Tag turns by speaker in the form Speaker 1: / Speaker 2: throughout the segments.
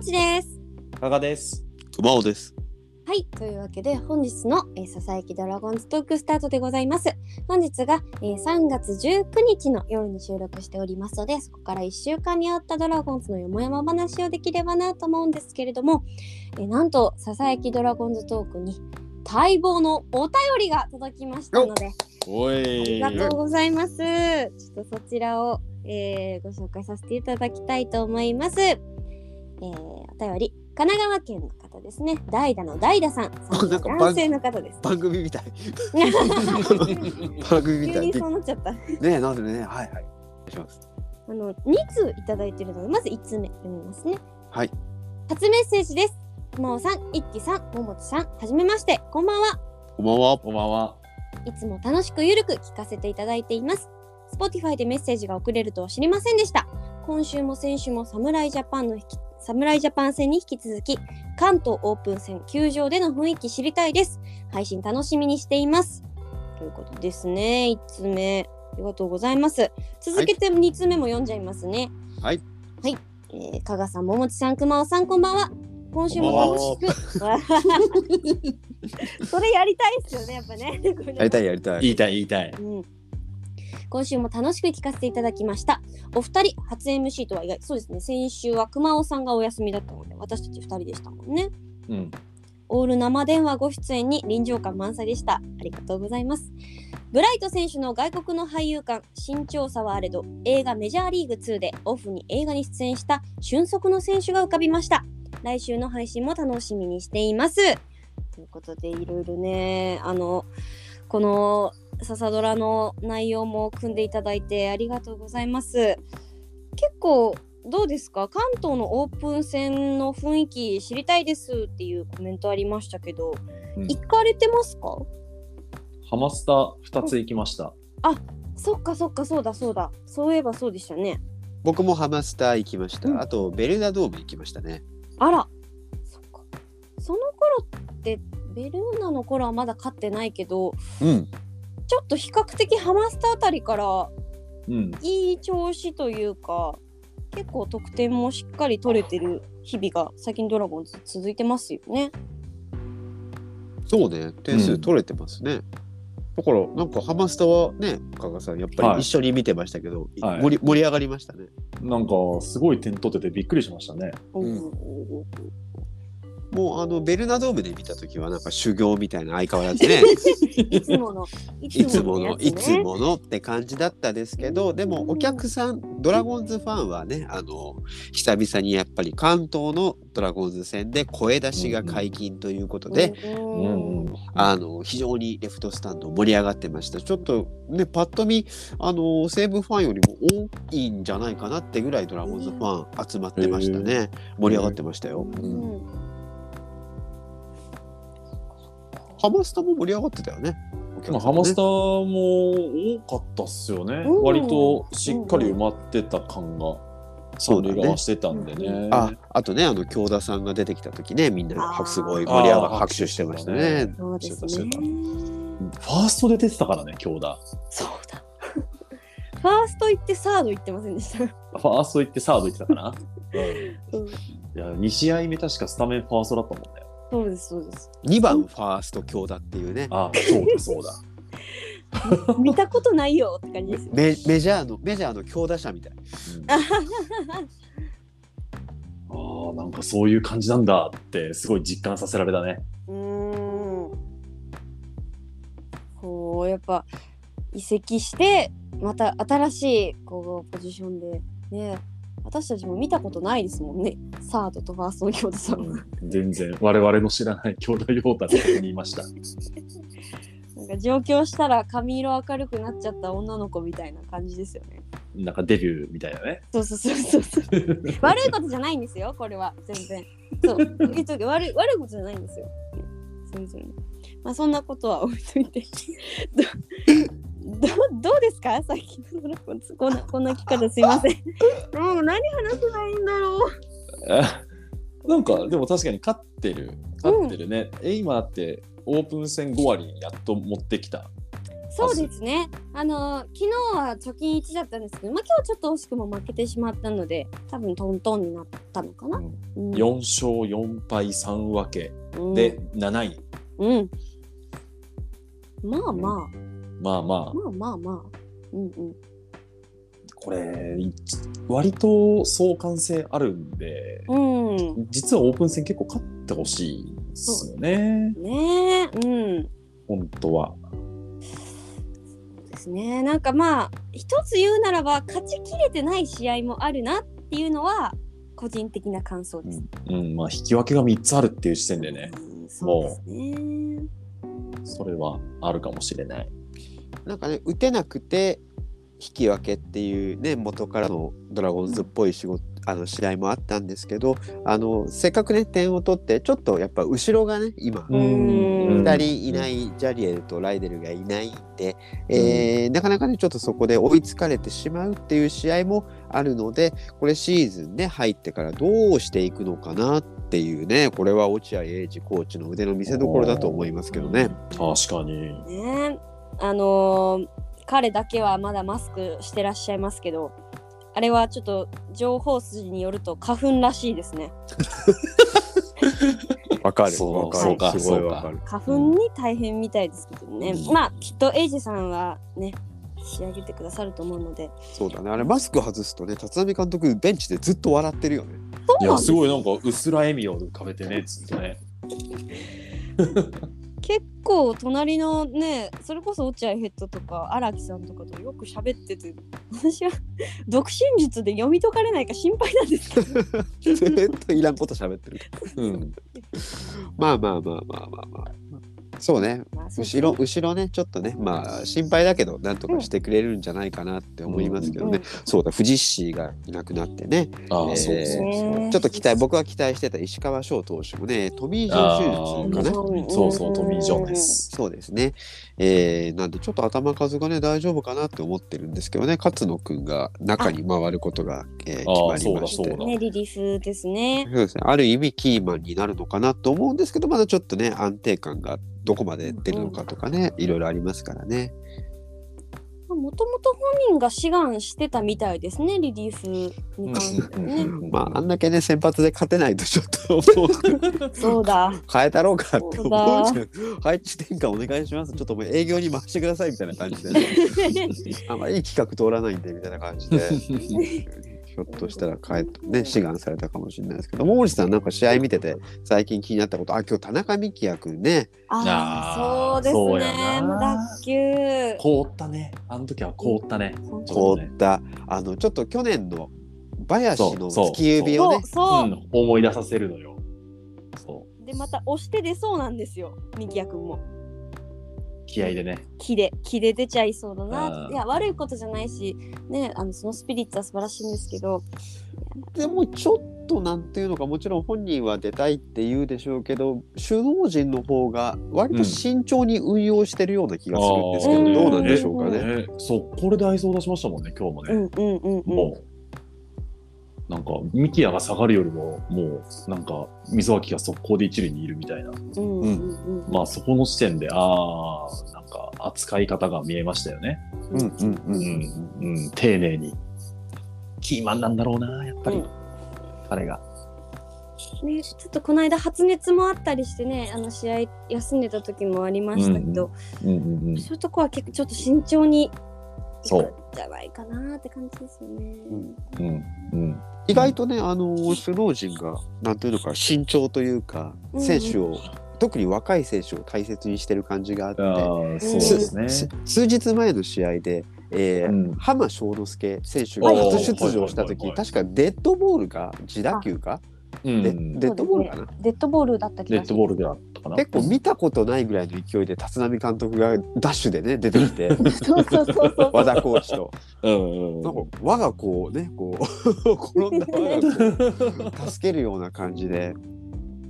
Speaker 1: ちです。
Speaker 2: 加賀です。
Speaker 3: 熊尾です。
Speaker 1: はい、というわけで本日の、えー、ささやきドラゴンズトークスタートでございます。本日が、えー3月19日の夜に収録しておりますので、そこから1週間にあったドラゴンズのよもやま話をできればなと思うんですけれども、えーなんとささやきドラゴンズトークに待望のお便りが届きましたので、
Speaker 2: おい
Speaker 1: ありがとうございます。ちょっとそちらを、えーご紹介させていただきたいと思います。えーお便り、神奈川県の方ですね。代打の代打さん。
Speaker 3: なんか
Speaker 1: 男性の方です。
Speaker 3: 番組みたい。番組み
Speaker 1: 急
Speaker 3: たい。
Speaker 1: に
Speaker 3: びっ
Speaker 1: そうなっちゃった。
Speaker 3: ねえ、なんでね、はいはい。お願いします。
Speaker 1: あの2通いただいているのでまず1通目読みますね
Speaker 3: はい
Speaker 1: 初メッセージです熊尾さん、一輝さん、桃地さん、はじめまして、こんばんは。
Speaker 3: こんばんは。
Speaker 2: こんばんは。
Speaker 1: いつも楽しくゆるく聞かせていただいています。Spotify でメッセージが送れるとは知りませんでした。今週も先週も侍ジャパンの引き侍ジャパン戦に引き続き、関東オープン戦球場での雰囲気知りたいです。配信楽しみにしています。ということですね。1つ目、ありがとうございます。続けて2つ目も読んじゃいますね。
Speaker 3: はい。
Speaker 1: はい。えー、加賀さん、桃地さん、熊尾さん、こんばんは。今週も楽しく。そ れやりたいですよね、やっぱね。
Speaker 3: やりたいやりたい。
Speaker 2: 言いたい言いたい。
Speaker 1: うん、今週も楽しく聞かせていただきましたお二人初 MC とは意外そうですね先週は熊尾さんがお休みだったので私たち二人でしたもんね
Speaker 2: うん。
Speaker 1: オール生電話ご出演に臨場感満載でしたありがとうございますブライト選手の外国の俳優館身長差はあれど映画メジャーリーグ2でオフに映画に出演した俊足の選手が浮かびました来週の配信も楽しみにしていますということでいろいろねあのこの笹ドラの内容も組んでいただいてありがとうございます結構どうですか関東のオープン戦の雰囲気知りたいですっていうコメントありましたけど、
Speaker 2: うん
Speaker 1: 行かれてますか
Speaker 2: ハマスタ二つ行きました。
Speaker 1: そっかそっかそうだそうだそういえばそうでしたね
Speaker 3: 僕もハマスター行きまし
Speaker 1: うん
Speaker 3: た。あとベルダドーム行きましたね。
Speaker 1: あらそっかその頃ってベルーナの頃はまだ勝ってないけど
Speaker 3: うん。
Speaker 1: ちょっと比較的ハマスターあたりから
Speaker 2: うん。
Speaker 1: いい調子というか結構得点もしっかり取れてる日々が最近ドラゴンズ続いてますよね。
Speaker 3: そうね。点数取れてますね。だからなんかハマスタはね、加賀さんやっぱ
Speaker 2: はい
Speaker 3: り一緒に見てましたけど、
Speaker 2: はい
Speaker 3: 盛り盛り上がりましたね。
Speaker 2: なんかすごい点取っててびっくりしましたね。
Speaker 3: んもうあのベルナドームで見た時はなんか修行みたいな相変わらずね、
Speaker 1: いつものい
Speaker 3: い
Speaker 1: つ
Speaker 3: つ
Speaker 1: も
Speaker 3: も
Speaker 1: のや
Speaker 3: の、
Speaker 1: つね
Speaker 3: いつものって感じだったですけど、でもお客さん、ドラゴンズファンはね、あの、久々にやっぱり関東のドラゴンズ戦で声出しが解禁ということで、
Speaker 1: うん
Speaker 2: うん
Speaker 3: あの、非常にレフトスタンド盛り上がってました。ちょっとね、パッと見、あの、西武ファンよりも多いんじゃないかなってぐらいドラゴンズファン集まってましたね。盛り上がってましたよ。
Speaker 2: うん
Speaker 3: ハマスタも盛り上がってたよね。お客さん
Speaker 2: ま
Speaker 3: ね
Speaker 2: あ、ハマスタも多かったっすよね。
Speaker 1: うん
Speaker 2: 割としっかり埋まってた感が
Speaker 3: そう
Speaker 2: 三
Speaker 3: だね
Speaker 2: 塁側してたんでね。
Speaker 3: ああとねあの京田さんが出てきた時ねみん
Speaker 1: あ
Speaker 3: な
Speaker 1: ー
Speaker 3: すごい盛り上が
Speaker 2: あー
Speaker 3: 拍手してましたね。
Speaker 1: そうです
Speaker 2: そう
Speaker 1: ね
Speaker 2: か。ファーストで出てたからね、強打。
Speaker 1: そうだ。 ファースト行ってサード行ってませんでした。
Speaker 2: ファースト行ってサード行ってたか な。
Speaker 1: うん
Speaker 2: いや2試合目確かスタメンファーストだったもんね。
Speaker 1: そうですそうです。
Speaker 3: 2番ファースト京田っていうね
Speaker 2: あそうだそうだ。
Speaker 1: 見たことないよって感じですよ。
Speaker 3: メメジャーのメジャーの強打者みたい
Speaker 2: うんああなんかそういう感じなんだってすごい実感させられたね。
Speaker 1: うーん。こうやっぱ移籍してまた新しいこうポジションでね。私たちも見たことないですもんね。サードとファーストの京都さん。
Speaker 2: 全然我々の知らない兄弟用太ってにいました。
Speaker 1: なんか上京したら髪色明るくなっちゃった女の子みたいな感じですよね。
Speaker 2: なんかデビューみたいなね。
Speaker 1: そうそうそうそう そう。悪いことじゃないんですよ、これは。全然。そう。言っとく悪い悪いことじゃないんですよ。全然。まあそんなことは置いといて。どどどうですかさっきのドラゴンズこんなこんな聞き方すいません。もう何話せばいいんだろう。
Speaker 2: なんかでも確かに勝ってる勝ってるね。え今だってオープン戦5割にやっと持ってきた
Speaker 1: そうですね。あの昨日は貯金1だったんですけど、まあ今日ちょっと惜しくも負けてしまったので、多分トントンになったのかな。うん
Speaker 2: 4勝4敗3分け
Speaker 1: うん
Speaker 2: で7位、
Speaker 1: うん。まあま
Speaker 2: まあま
Speaker 1: あ、
Speaker 2: あ
Speaker 1: まあまあまあ。うんうん。
Speaker 2: これい割と相関性あるんで
Speaker 1: うん。
Speaker 2: 実はオープン戦結構勝ってほしいですよね
Speaker 1: ねえ、うん。
Speaker 2: 本当は。
Speaker 1: ですね。なんかまあ、一つ言うならば、勝ちきれてない試合もあるなっていうのは、個人的な感想
Speaker 2: う
Speaker 1: です。
Speaker 2: ん、うんまあ引き分けが3つあるっていう時点でね
Speaker 1: うんそうですね。
Speaker 2: それはあるかもしれない。
Speaker 3: なんかね打てなくて引き分けっていうね元からのドラゴンズっぽい仕事、あの試合もあったんですけどあのせっかくね点を取ってちょっとやっぱ後ろがね今
Speaker 1: んうん
Speaker 3: 2人いない、ジャリエルとライデルがいないんで、えーなかなかねちょっとそこで追いつかれてしまうっていう試合もあるのでこれシーズンね入ってからどうしていくのかなっていうねこれは落合英二コーチの腕の見せ所だと思いますけどね。
Speaker 2: 確かに。
Speaker 1: ねえあのー彼だけはまだマスクしてらっしゃいますけどあれはちょっと情報筋によると花粉らしいですね
Speaker 3: わか
Speaker 2: そう
Speaker 3: わかる
Speaker 1: そうか
Speaker 3: すごい
Speaker 2: そうか
Speaker 3: わかる
Speaker 1: 花粉に大変みたいですけどね、
Speaker 2: うん
Speaker 1: まあきっとエイジさんはね仕上げてくださると思うので
Speaker 3: そうだねあれマスク外すとね立浪監督ベンチでずっと笑ってるよね。
Speaker 2: い
Speaker 1: そうなん
Speaker 2: や
Speaker 1: です
Speaker 2: すごいなんかうっすら笑みを浮かべてねずっとね。
Speaker 1: 結構隣のねそれこそ落合ヘッドとか荒木さんとかとよく喋ってて私は 独身術で読み解かれないか心配なんですけ ど
Speaker 3: ずっといらんこと喋ってる。
Speaker 2: うん。
Speaker 3: まあまあまあまあまあまあ。そうね
Speaker 1: まあそう
Speaker 3: 後ろ後ろねちょっとねまあ心配だけどなんとかしてくれるんじゃないかなって思いますけどね、
Speaker 1: うん
Speaker 3: そうだ藤氏がいなくなってね
Speaker 2: あ
Speaker 3: え
Speaker 2: あ
Speaker 3: ー
Speaker 2: そうそうそう。
Speaker 3: ちょっと期待僕は期待してた石川翔投手もねトミー・ジョン手術か
Speaker 1: あ
Speaker 3: な
Speaker 1: ーうん
Speaker 2: そうそうトミー・ジョンです。
Speaker 3: そうですね、えーなんでちょっと頭数がね大丈夫かなって思ってるんですけどね勝野くんが中に回ることが、えー
Speaker 2: あー
Speaker 3: 決まりまし
Speaker 2: そうだそうだ
Speaker 3: て
Speaker 1: ねリリーフですね
Speaker 3: そうですね、ある意味キーマンになるのかなと思うんですけどまだちょっとね安定感がどこまで出るのかとかね、いろいろありますからね。
Speaker 1: もともと本人が志願してたみたいですね、リリーフに関して
Speaker 2: うん
Speaker 1: ね。
Speaker 2: うんうん
Speaker 3: まああんだけね先発で勝てないとちょっともう
Speaker 1: そうだ。
Speaker 3: 変えたろうかって
Speaker 1: そう
Speaker 3: 思
Speaker 1: だ
Speaker 3: うじゃん配置転換お願いしますちょっともう営業に回してくださいみたいな感じで、ね、 あんまりいい企画通らないんでみたいな感じでひょっとしたら変えね志願されたかもしれないですけども森さんなんか試合見てて最近気になったことあ今日田中幹也君ね
Speaker 1: ああ、
Speaker 2: あー
Speaker 1: そ
Speaker 2: そうう
Speaker 1: ですね。
Speaker 2: やな
Speaker 1: もう脱臼。
Speaker 2: 凍ったね。あの時は凍ったね。
Speaker 1: 本当
Speaker 3: 凍ったあのちょっと去年の林の
Speaker 2: そうそう
Speaker 3: 突き指をね
Speaker 1: そう
Speaker 2: う、ん、思い出させるのよ。そ
Speaker 1: で、また押して出そうなんですよ、ミキヤ君も。
Speaker 2: う気合でね。
Speaker 1: 気で、気で出ちゃいそうだな。
Speaker 2: うん
Speaker 1: いや、悪いことじゃないし、ね、あのそのスピリッツは素晴らしいんですけど、
Speaker 3: でもちょっとなんていうのかもちろん本人は出たいって言うでしょうけど首脳陣の方が割と慎重に運用してるような気がするんですけど、
Speaker 1: うん
Speaker 3: どうなんでしょうかね。
Speaker 2: ね。そうこれで愛想出しましたもんね今日も
Speaker 1: う
Speaker 2: ね。
Speaker 1: んうんうんうん。
Speaker 2: もうなんかミキヤが下がるよりももうなんか溝脇が速攻で一塁にいるみたいな。
Speaker 1: うんうんうん
Speaker 2: まあそこの時点でああなんか扱い方が見えましたよね。
Speaker 3: うんうんう
Speaker 2: うんんうん丁寧に。キーマンなんだろうなやっぱり、
Speaker 1: うん
Speaker 2: 彼が。
Speaker 1: ね、ちょっとこの間発熱もあったりしてねあの試合休んでた時もありましたけど、
Speaker 2: うんうんうん。
Speaker 1: そういうとこは結構ちょっと慎重に
Speaker 2: そ。
Speaker 1: いうくんじゃないかなって感じですよね。
Speaker 3: ん
Speaker 2: うんうん。
Speaker 3: 意外とねあの首脳陣がなんていうのか慎重というか
Speaker 1: うん
Speaker 3: 選手を、特に若い選手を大切にしてる感じがあって。
Speaker 2: ああそうですね。
Speaker 3: す数日前の試合で、えー
Speaker 2: うん
Speaker 3: 浜庄之助選手が初出場した
Speaker 2: は
Speaker 3: 時
Speaker 2: いはいはいはい
Speaker 3: 確かデッドボールか自打球か、
Speaker 2: うんレ
Speaker 3: でデッドボールかな、
Speaker 1: デッドボールだった気が
Speaker 2: ッドボールであったかな。
Speaker 3: 結構見たことないぐらいの勢いで立浪監督がダッシュでね出てきて
Speaker 1: そうそうそうそう。
Speaker 3: 和田コーチと
Speaker 2: うんうん
Speaker 3: なんか我が子をねこう 転んだ我が子を助けるような感じで。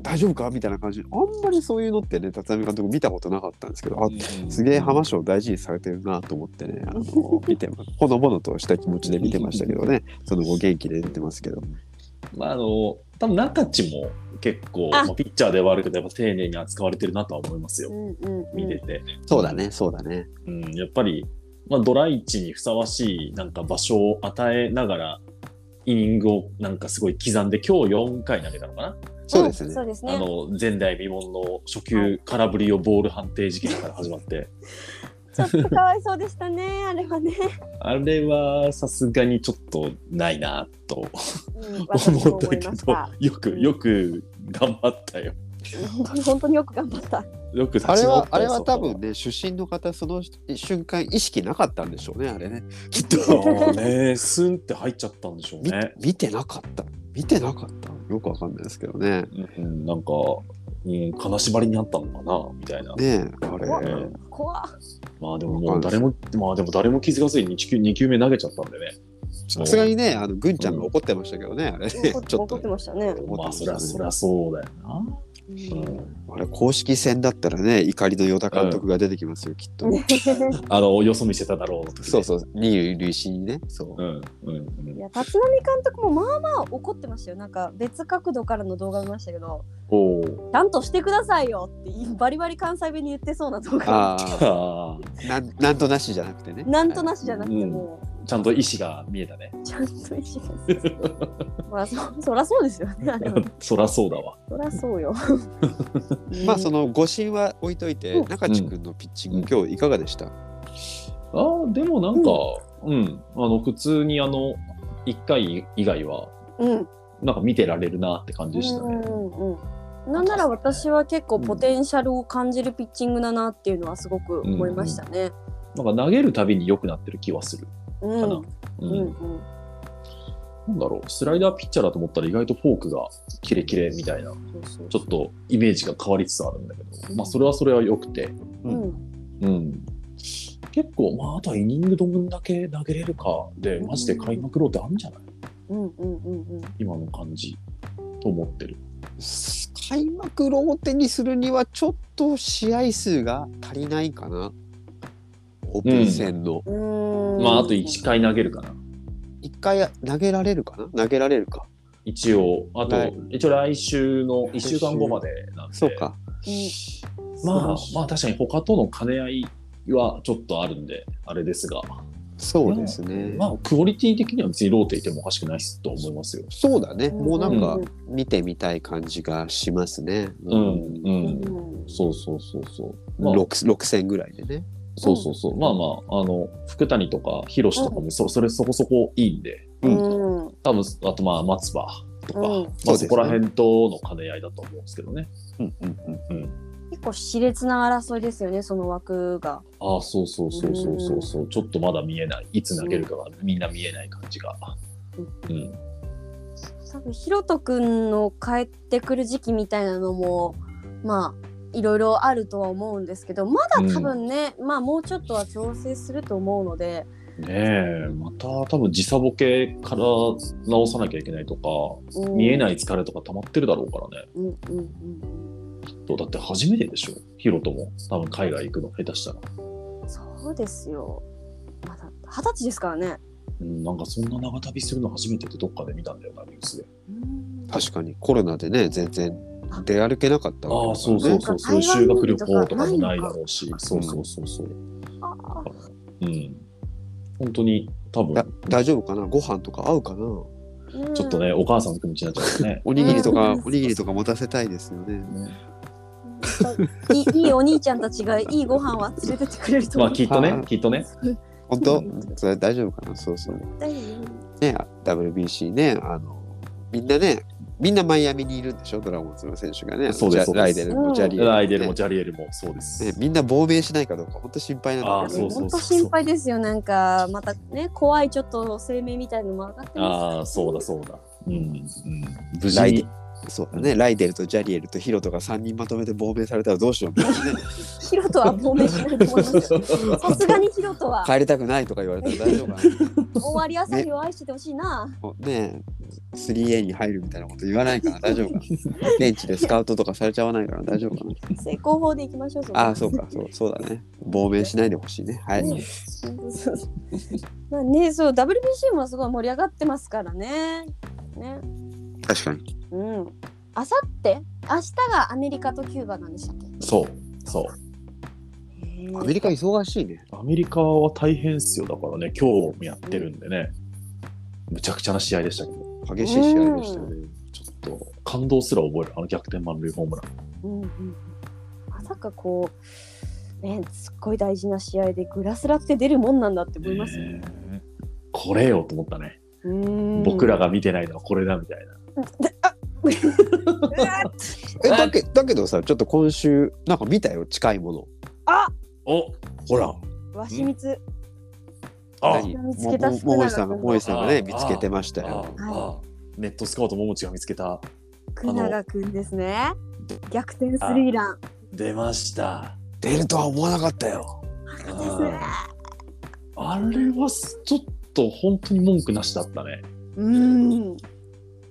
Speaker 3: 大丈夫かみたいな感じあんまりそういうのってね立浪監督見たことなかったんですけどあすげえ浜
Speaker 2: 市
Speaker 3: 松を大事にされてるなと思ってね、あの見てまほのぼのとした気持ちで見てましたけどね、その後元気で出てますけど。
Speaker 2: まあ、あの、多分中地も結構、
Speaker 1: あ
Speaker 2: まあ、ピッチャーではあるけど、やっぱ丁寧に扱われてるなとは思いますよ、見てて。
Speaker 3: そうだね、そうだね。
Speaker 2: うん、やっぱり、まあ、ドライチにふさわしいなんか場所を与えながら、イニングをなんかすごい刻んで、今日4回投げたのかな、
Speaker 3: そうですね
Speaker 1: そう。です
Speaker 2: あ
Speaker 1: ね。
Speaker 2: の前代未聞の初球空振りをボール判定事件から始まって、
Speaker 1: ちょっとかわいそうでしたね、あれはね。
Speaker 2: あれはさすがにちょっとないなと
Speaker 1: うん、私も
Speaker 2: 思っ
Speaker 1: 思
Speaker 2: た
Speaker 1: い
Speaker 2: け
Speaker 1: まし
Speaker 2: ど
Speaker 1: た。、
Speaker 2: よく、よく頑張ったよ。
Speaker 1: 本当によく頑張った。
Speaker 2: よく立ち
Speaker 3: あれ
Speaker 2: 直
Speaker 3: は
Speaker 2: っ、た
Speaker 3: あれ
Speaker 2: よ
Speaker 3: は
Speaker 2: そこ
Speaker 3: 多分ね、出身の方、その瞬間、意識なかったんでしょうね、あれね。きっ
Speaker 2: あー
Speaker 3: と。
Speaker 2: ね、スンって入っちゃったんでしょう
Speaker 3: 見
Speaker 2: ね。
Speaker 3: 見てなかった。見てなかった。よくわかんないですけどね。
Speaker 2: うん、なんか、うん、金縛りにあったのかなみたいな。
Speaker 3: ねえ、あれ。
Speaker 1: 怖
Speaker 2: っ
Speaker 1: 怖っ。
Speaker 2: まあでももう誰も、まあでも誰も気づかずに2球 ,2 球目投げちゃったんでね。
Speaker 3: さすがにね、あの、ぐんちゃんが怒ってましたけどね、あれね。 ちょっ
Speaker 1: 怒
Speaker 3: と
Speaker 1: って。ましたね。
Speaker 2: まあそりゃそりゃそうだよな。うん
Speaker 3: あれ、公式戦だったらね、怒りの与田監督が出てきますよ、きっと。
Speaker 2: あの、よそ見せただろうの時ね
Speaker 3: そうそう、二塁塁審にね。そう。
Speaker 2: うんうんうん
Speaker 1: いや立浪監督もまあまあ怒ってましたよなんか別角度からの動画見ましたけど
Speaker 2: おー
Speaker 1: 「ちゃんとしてください よ」ってバリバリ関西弁に言ってそうな動画
Speaker 3: ああ。
Speaker 2: あ
Speaker 3: なんなんとなしじゃなくてね。
Speaker 1: なんとなしじゃなくても
Speaker 2: ーちゃんと意思が見えたね。
Speaker 1: うちゃんと意思が進むまあそそらそうですよねあれは
Speaker 2: そらそうだわ。
Speaker 1: そらそうよ
Speaker 3: まあそ
Speaker 1: の
Speaker 3: の誤審は置いといて、
Speaker 1: うん
Speaker 3: 中地君のピッチング、今日いかがでした、
Speaker 2: ああ、でもなんか、うん、あの、普通にあの、1回以外は、
Speaker 1: うん
Speaker 2: なんか見てられるなって感じでした
Speaker 1: う
Speaker 2: ね。
Speaker 1: んうんうんなんなら私は結構ポテンシャルを感じるピッチングだなっていうのはすごく思いましたね。
Speaker 2: なんか投げるたびに良くなってる気はする
Speaker 1: うん
Speaker 2: か
Speaker 1: う
Speaker 2: な。
Speaker 1: ん
Speaker 2: う
Speaker 1: うんんうん
Speaker 2: なんだろう、スライダーピッチャーだと思ったら意外とフォークがキレキレみたいな、
Speaker 1: そうそう
Speaker 2: ちょっとイメージが変わりつつあるんだけ
Speaker 1: う
Speaker 2: ど、
Speaker 1: ん
Speaker 2: まあそれはそれは良くて、
Speaker 1: うん
Speaker 2: うん。結構、まああとはイニングどんだけ投げれるかで、マジで開幕ローってあるんじゃない
Speaker 1: うんうんうんうん
Speaker 2: 今の感じと思ってる。
Speaker 3: 開幕ローテにするにはちょっと試合数が足りないかなオープン戦の、
Speaker 1: うーん
Speaker 2: まああと1回投げるかな。
Speaker 3: 一回投げられるかな投げられるか
Speaker 2: 一応、あと、
Speaker 3: はい
Speaker 2: 一応来週の1週間後までなんで、
Speaker 3: そうか
Speaker 2: まあまあ確かに他との兼ね合いはちょっとあるんで、あれですが。
Speaker 3: そうですね、
Speaker 2: まあ、クオリティ的には別にローテいてもおかしくないっすと思いますよ。
Speaker 3: そうだね、
Speaker 1: うん
Speaker 3: もうなんか
Speaker 1: う
Speaker 3: 見てみたい感じがしますね、
Speaker 2: う、
Speaker 3: うん
Speaker 2: う。
Speaker 1: うんん
Speaker 2: そうそうそうそう。まあ、
Speaker 3: 六 6, 戦ぐらいでね
Speaker 2: そうそうそう。まあまあ、あの、福谷とか、広志とかもそ、それそこそこいいんで、
Speaker 1: う
Speaker 3: うん
Speaker 1: ん
Speaker 2: 多分、あとまあ、松葉とか、
Speaker 1: うん
Speaker 2: ま
Speaker 3: そ
Speaker 2: あ、
Speaker 3: うです
Speaker 2: そ
Speaker 3: ね
Speaker 2: こら辺との兼ね合いだと思うんですけどね。
Speaker 3: うんうん
Speaker 1: 結構熾烈な争いですよねその枠が
Speaker 2: ああ、そうそうそうそうそうそう、ちょっとまだ見えない。いつ投げるかが、みんな見えない感じが。うん。
Speaker 1: 多分ひろとくんの帰ってくる時期みたいなのもまあいろいろあるとは思うんですけどまだ多分ね、まあもうちょっとは調整すると思うので
Speaker 2: ねえ、また多分時差ボケから直さなきゃいけないとか、見え
Speaker 1: い、
Speaker 2: ない疲れとか溜まってるだろうからね。
Speaker 1: うんうんうん
Speaker 2: そうだって初めてでしょヒロトも多分海外行くの下手したら、
Speaker 1: うん、そうですよまだ二十歳ですからね、
Speaker 2: うん、なんかそんな長旅するの初めてってどっかで見たんだよなニュースで
Speaker 1: うん
Speaker 3: 確かにコロナでね全然出歩けなかった
Speaker 2: ああ
Speaker 3: わけだから
Speaker 2: そ
Speaker 3: ね
Speaker 2: う
Speaker 1: そ
Speaker 2: そうそうう
Speaker 1: そう
Speaker 2: そう
Speaker 1: そう
Speaker 2: 修学旅行
Speaker 1: 台
Speaker 2: と
Speaker 1: 湾
Speaker 2: か
Speaker 1: に行
Speaker 2: もな
Speaker 1: く
Speaker 2: い
Speaker 1: とか
Speaker 2: だろうしそうそうそうそう
Speaker 1: ああ
Speaker 2: うん本当に多分
Speaker 3: だ大丈夫かなご飯とか合うかな
Speaker 1: うん
Speaker 2: ちょっとねお母さんの気持ちになっちゃうよね
Speaker 3: おにぎりとか、
Speaker 1: うん
Speaker 3: おにぎりとか持たせたいですよね。
Speaker 1: いいいいお兄ちゃんたちがいいご飯は連れてってくれると
Speaker 2: ま
Speaker 1: 思う
Speaker 2: あきっと
Speaker 3: は
Speaker 2: ね
Speaker 3: い
Speaker 2: きっとね
Speaker 3: 本当、それ大丈夫かな、そうそう。
Speaker 1: 大丈夫
Speaker 3: ね、WBC ね、あの、みんなね、みんなマイアミにいるんでしょ、ドラゴンズの選手がね。
Speaker 2: そうです
Speaker 3: ジャ
Speaker 2: そう
Speaker 3: ライ
Speaker 2: です
Speaker 3: デルもジャリー
Speaker 2: ライデルもジャリエルもそうです、
Speaker 3: ね、みんな亡命しないかどうか、本当心配なん
Speaker 2: あー
Speaker 3: だけど
Speaker 2: そう
Speaker 3: ね。
Speaker 2: そ
Speaker 1: 本
Speaker 2: う
Speaker 1: 当心配ですよなんかまたね怖いちょっと声明みたいのも上がってま
Speaker 2: ああそうだそうだうん、うん、無事
Speaker 3: ライデ
Speaker 2: に
Speaker 3: そうだね、ライデルとジャリエルとヒロトが3人まとめて亡命されたらどうしようみたいなね
Speaker 1: すヒロトは亡命しないと思いますよさすがにヒロトは
Speaker 3: 帰りたくないとか言われたら大丈夫かな
Speaker 1: 終わり朝日を愛しててほしいな、
Speaker 3: もうね 3A に入るみたいなこと言わないから大丈夫かな現地でスカウトとかされちゃわないから大丈夫かな
Speaker 1: 成功法でいきましょうそれ
Speaker 3: ああ、 そうか、そう、そうだね。亡命しないでほしいね。はい。
Speaker 2: うん
Speaker 1: まあねそう WBC もすごい盛り上がってますからねね
Speaker 3: 確かに。
Speaker 1: うん。あさって明日がアメリカとキューバなんでしたっけ
Speaker 2: そうそう
Speaker 3: アメリカ忙しいね。
Speaker 2: アメリカは大変っすよだからね今日もやってるんでね、むちゃくちゃな試合でしたけど
Speaker 3: 激しい試合でしたよね。
Speaker 2: ちょっと感動すら覚えるあの逆転満塁ホームラン
Speaker 1: うんうんうんまさかこう、ね、すっごい大事な試合でグラスラって出るもんなんだって思いますよね。
Speaker 2: ねこれよと思ったね、
Speaker 1: うん
Speaker 2: 僕らが見てないのはこれだみたいな
Speaker 1: うわ
Speaker 3: えだけだけどさちょっと今週なんか見たよ近いもの。
Speaker 1: あ
Speaker 2: お
Speaker 3: ほら
Speaker 1: わしみつ。
Speaker 2: あ
Speaker 3: 何
Speaker 1: 見つけた
Speaker 3: も
Speaker 1: 少なか
Speaker 3: ももえ
Speaker 1: った
Speaker 3: さんがもえさんがね
Speaker 2: あ
Speaker 3: 見つけてましたよ。
Speaker 2: ああネットスカウト桃地が見つけた
Speaker 1: 久永くんですね。逆転スリーラン。
Speaker 2: 出ました
Speaker 3: 出るとは思わなかったよ。
Speaker 1: ですね。
Speaker 2: あれはすちょっと本当に文句なしだったね
Speaker 1: うん。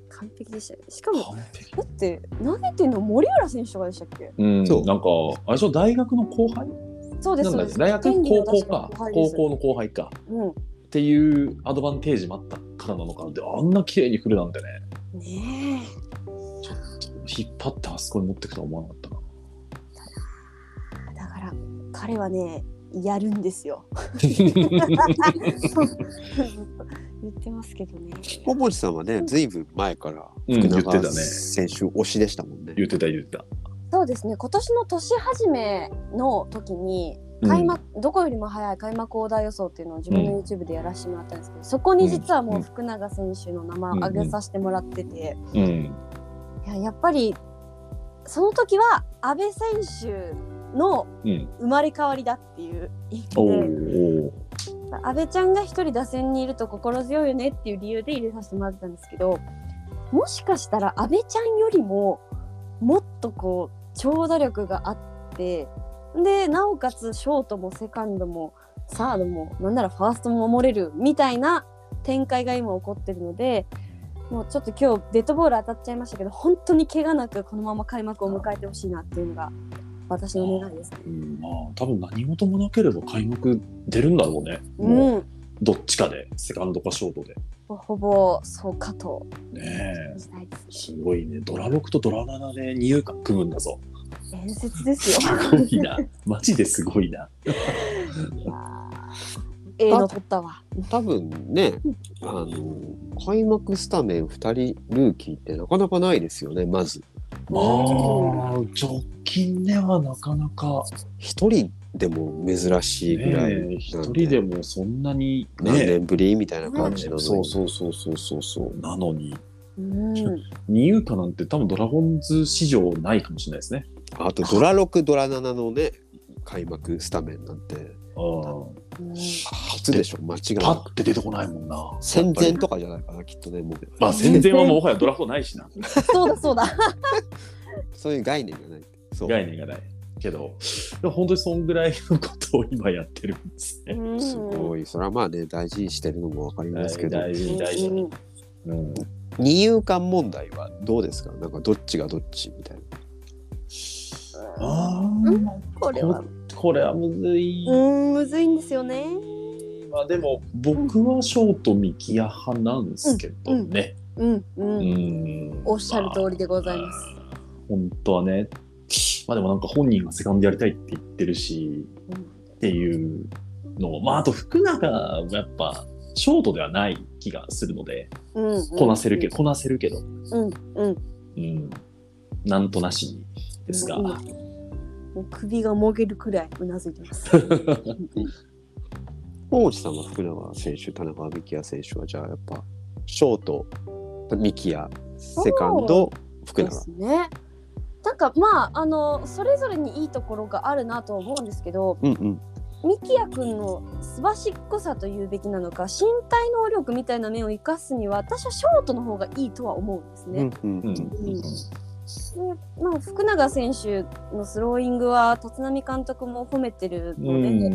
Speaker 1: 完璧でしたね。しかも、
Speaker 2: 完璧
Speaker 1: だって、投げてんの森浦選手とかでしたっけ
Speaker 2: うん
Speaker 3: そう
Speaker 2: なんかあれでしょ大学の後輩
Speaker 1: そうです、
Speaker 2: な
Speaker 1: そうで
Speaker 2: んだっけ
Speaker 1: す。
Speaker 2: 大学高
Speaker 1: 天
Speaker 2: 校か
Speaker 1: 理の確後輩で
Speaker 2: 高
Speaker 1: す
Speaker 2: 校の後輩か
Speaker 1: うん。
Speaker 2: っていうアドバンテージもあったからなのかなってあんな綺麗に振るなんてね
Speaker 1: ね
Speaker 2: 引っ張ってあそこに持ってくとは思わなかったな
Speaker 1: え。だから、彼はね、やるんですよ。言ってますけどね。
Speaker 3: ももじさんはねずいぶん前から
Speaker 2: うん
Speaker 3: 福
Speaker 2: 言ってたね
Speaker 3: 永選手推しでしたもんね。
Speaker 2: 言ってた言ってた
Speaker 1: そうですね。今年の年始めの時に。
Speaker 2: うん
Speaker 1: 開幕、どこよりも早い開幕オーダー予想っていうのを自分の YouTube でやらせてもらったんですけど、そこに実はもう福永選手の名前を挙げさせてもらってて、
Speaker 2: うん
Speaker 1: いややっぱりその時は阿部選手の
Speaker 2: うん
Speaker 1: 生まれ変わりだっていう意味
Speaker 2: お
Speaker 1: で
Speaker 2: ー
Speaker 1: 阿部ちゃんが一人打線にいると心強いよねっていう理由で入れさせてもらってたんですけどもしかしたら阿部ちゃんよりももっとこう長打力があってでなおかつショートもセカンドもサードもなんならファーストも守れるみたいな展開が今起こってるのでもうちょっと今日デッドボール当たっちゃいましたけど本当に怪我なくこのまま開幕を迎えてほしいなっていうのが私の願いですね。
Speaker 3: うん
Speaker 2: まあ多分何事もなければ開幕出るんだろうね、もう
Speaker 1: うん、
Speaker 2: どっちかでセカンドかショートで
Speaker 1: ほぼほぼそうかと
Speaker 2: ねえ
Speaker 1: したいですね。
Speaker 2: すごいねドラ6とドラ7で二遊間組むんだぞ
Speaker 1: 伝説です
Speaker 2: す
Speaker 1: よ。
Speaker 2: ごいなマジですごいな
Speaker 1: ええの取ったわ。
Speaker 3: 多分ねあの開幕スタメン2人ルーキーってなかなかないですよねまず。
Speaker 2: まあ直近ではなかなか
Speaker 3: 一人でも珍しいぐらいな
Speaker 2: ね
Speaker 3: んで
Speaker 2: え一人でもそんなに
Speaker 3: 何
Speaker 2: ね
Speaker 3: 年ぶりみたいな感じなのに、
Speaker 2: そうそうそうそうそうそうなのに
Speaker 1: うん。
Speaker 2: 二遊間なんて多分ドラゴンズ史上ないかもしれないですね
Speaker 3: あとドラ6ドラ7のね開幕スタメンなんて
Speaker 2: うん
Speaker 3: 初でしょ間違い
Speaker 2: パ
Speaker 3: なく
Speaker 2: ッて出てこないもんな
Speaker 3: 戦前とかじゃないかなきっとねもう、
Speaker 2: まあ戦前はもうもはやドラフトないしな
Speaker 1: そうだそう だ。
Speaker 3: そういう概念がないそう
Speaker 2: 概念がないけどでも本当にそんぐらいのことを今やってるんですね
Speaker 3: すご
Speaker 1: い
Speaker 3: いそれはまあね大事にしてるのもわかりますけど
Speaker 2: 大事に大事に、うん、
Speaker 3: 二遊間問題はどうですかなんかどっちがどっちみたいな
Speaker 2: あ
Speaker 1: うん
Speaker 2: ー
Speaker 1: これは。
Speaker 2: これはむずい、
Speaker 1: うん、むずいんですよね。
Speaker 2: まあでも僕はショートミキヤ派なんですけどね、
Speaker 1: うん、う。
Speaker 2: うんん
Speaker 1: おっしゃる通りでございま
Speaker 2: まあ本当はねまあでもなんか本人がセカンドやりたいって言ってるし、
Speaker 1: うん。
Speaker 2: っていうのをまああと福永はやっぱショートではない気がするのです
Speaker 1: うん。
Speaker 2: こなせるけど、こなせるけど
Speaker 1: うん、うん。
Speaker 2: うん、なんとなしにですが、
Speaker 1: うんもう首がもげるくらいうなずいて ます。
Speaker 3: 大内さんは福永選手田中幹也選手はじゃあやっぱショート幹也セカンド福
Speaker 1: で
Speaker 3: 永
Speaker 1: すね。なんかまああのそれぞれにいいところがあるなと思うんですけど
Speaker 3: うんうん
Speaker 1: ミキヤ君のすばしっこさというべきなのか身体能力みたいな面を生かすには私はショートの方がいいとは思うんですね。
Speaker 3: うん
Speaker 2: うんん
Speaker 3: う
Speaker 1: うんでまあ、福永選手のスローイングは立浪監督も褒めてるので、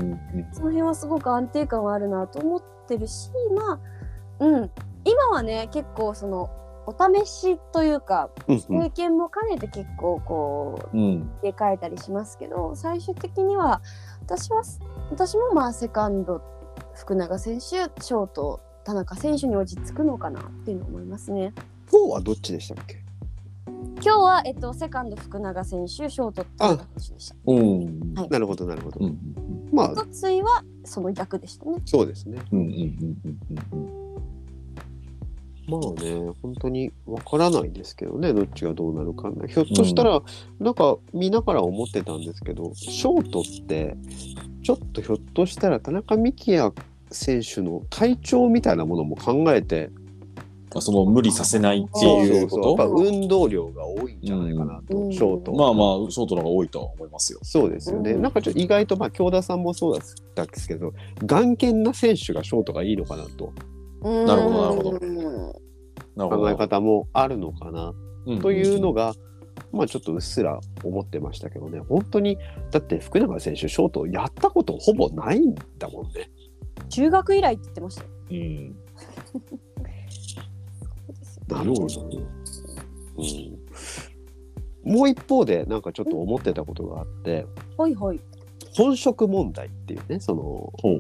Speaker 1: その辺はすごく安定感はあるなと思ってるしまあうん今はね結構そのお試しというか
Speaker 3: うんうん
Speaker 1: 経験も兼ねて結構こう
Speaker 2: うんうん
Speaker 1: 入れ替えたりしますけど最終的には私は私もまあセカンド福永選手ショート田中選手に落ち着くのかなっていうのを思いますね。
Speaker 3: 4はどっちでしたっけ
Speaker 1: 今日は、えっと、セカンド福永選手、ショート田中選手でした。
Speaker 2: うん。
Speaker 1: はい
Speaker 3: なるほどなるほど。
Speaker 2: うん
Speaker 3: ま
Speaker 1: 一
Speaker 3: あ
Speaker 1: ついはその逆でしたね。
Speaker 3: そうですね。
Speaker 2: うんうんうんうんうん
Speaker 3: まあね本当にわからないですけどねどっちがどうなるかね。ひょっとしたら、なんか見ながら思ってたんですけどショートってちょっとひょっとしたら田中幹也選手の体調みたいなものも考えて
Speaker 2: あその無理させないっていうこ
Speaker 3: やっぱ
Speaker 2: と
Speaker 3: 運動量が多いんじゃないかなと、
Speaker 1: うん
Speaker 3: ショート。
Speaker 2: まあまあ、ショートの方が多いとは思いますよ。
Speaker 3: そうですよね、
Speaker 1: うん
Speaker 3: なんかちょっと意外と、まあ、京田さんもそうだったんですけど、眼見な選手がショートがいいのかなと、
Speaker 1: な
Speaker 2: るほどなるほど
Speaker 1: ど。
Speaker 2: なるほ
Speaker 3: 考え
Speaker 2: ど。
Speaker 3: 方もあるのかなというのが、まあ、ちょっとうっすら思ってましたけどね、本当に、だって福永選手、ショートやったことほぼないんだもんね。
Speaker 1: 中学以来って言ってましたよ。
Speaker 2: うん。うん
Speaker 3: な
Speaker 2: るほど
Speaker 3: ね。うんもう一方で、なんかちょっと思ってたことがあって、
Speaker 1: はいはい。
Speaker 3: 本職問題っていうね、その、
Speaker 2: ほう。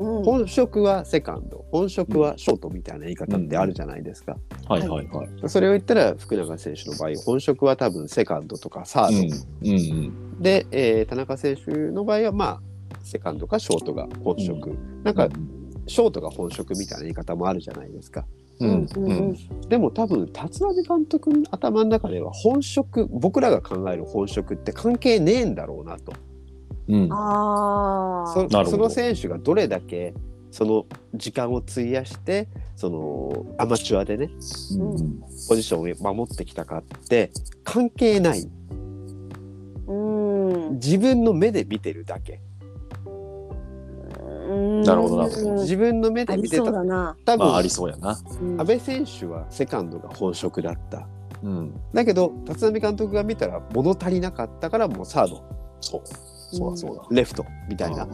Speaker 1: うん
Speaker 3: 本職はセカンド、本職はショートみたいな言い方ってあるじゃないですか。
Speaker 2: はいはいはい。
Speaker 3: それを言ったら福永選手の場合本職は多分セカンドとかサード、
Speaker 2: うんうん
Speaker 3: で、えー田中選手の場合はまあセカンドかショートが本職、なんかショートが本職みたいな言い方もあるじゃないですか
Speaker 2: うん。うんうん
Speaker 3: でも多分立浪監督の頭の中では本職僕らが考える本職って関係ねえんだろうなと
Speaker 2: うん。
Speaker 1: ああ。
Speaker 3: そ
Speaker 2: なるほど
Speaker 3: その選手がどれだけその時間を費やしてそのアマチュアでね
Speaker 2: うん
Speaker 3: ポジションを守ってきたかって関係ない
Speaker 1: うん。
Speaker 3: 自分の目で見てるだけ
Speaker 2: なるほどなる
Speaker 1: ほ
Speaker 3: 自分の目
Speaker 1: あ
Speaker 3: で
Speaker 1: り
Speaker 3: 見て
Speaker 1: そう
Speaker 3: た
Speaker 1: だな。
Speaker 3: 多
Speaker 2: ま
Speaker 3: 分、
Speaker 2: あ、ありそうやな。
Speaker 1: うん
Speaker 3: 安倍選手はセカンドが本職だった
Speaker 2: うん。
Speaker 3: だけど立浪監督が見たら物足りなかったからもうサード
Speaker 2: そう。そうだそうだ。
Speaker 3: レフトみたいな、
Speaker 2: う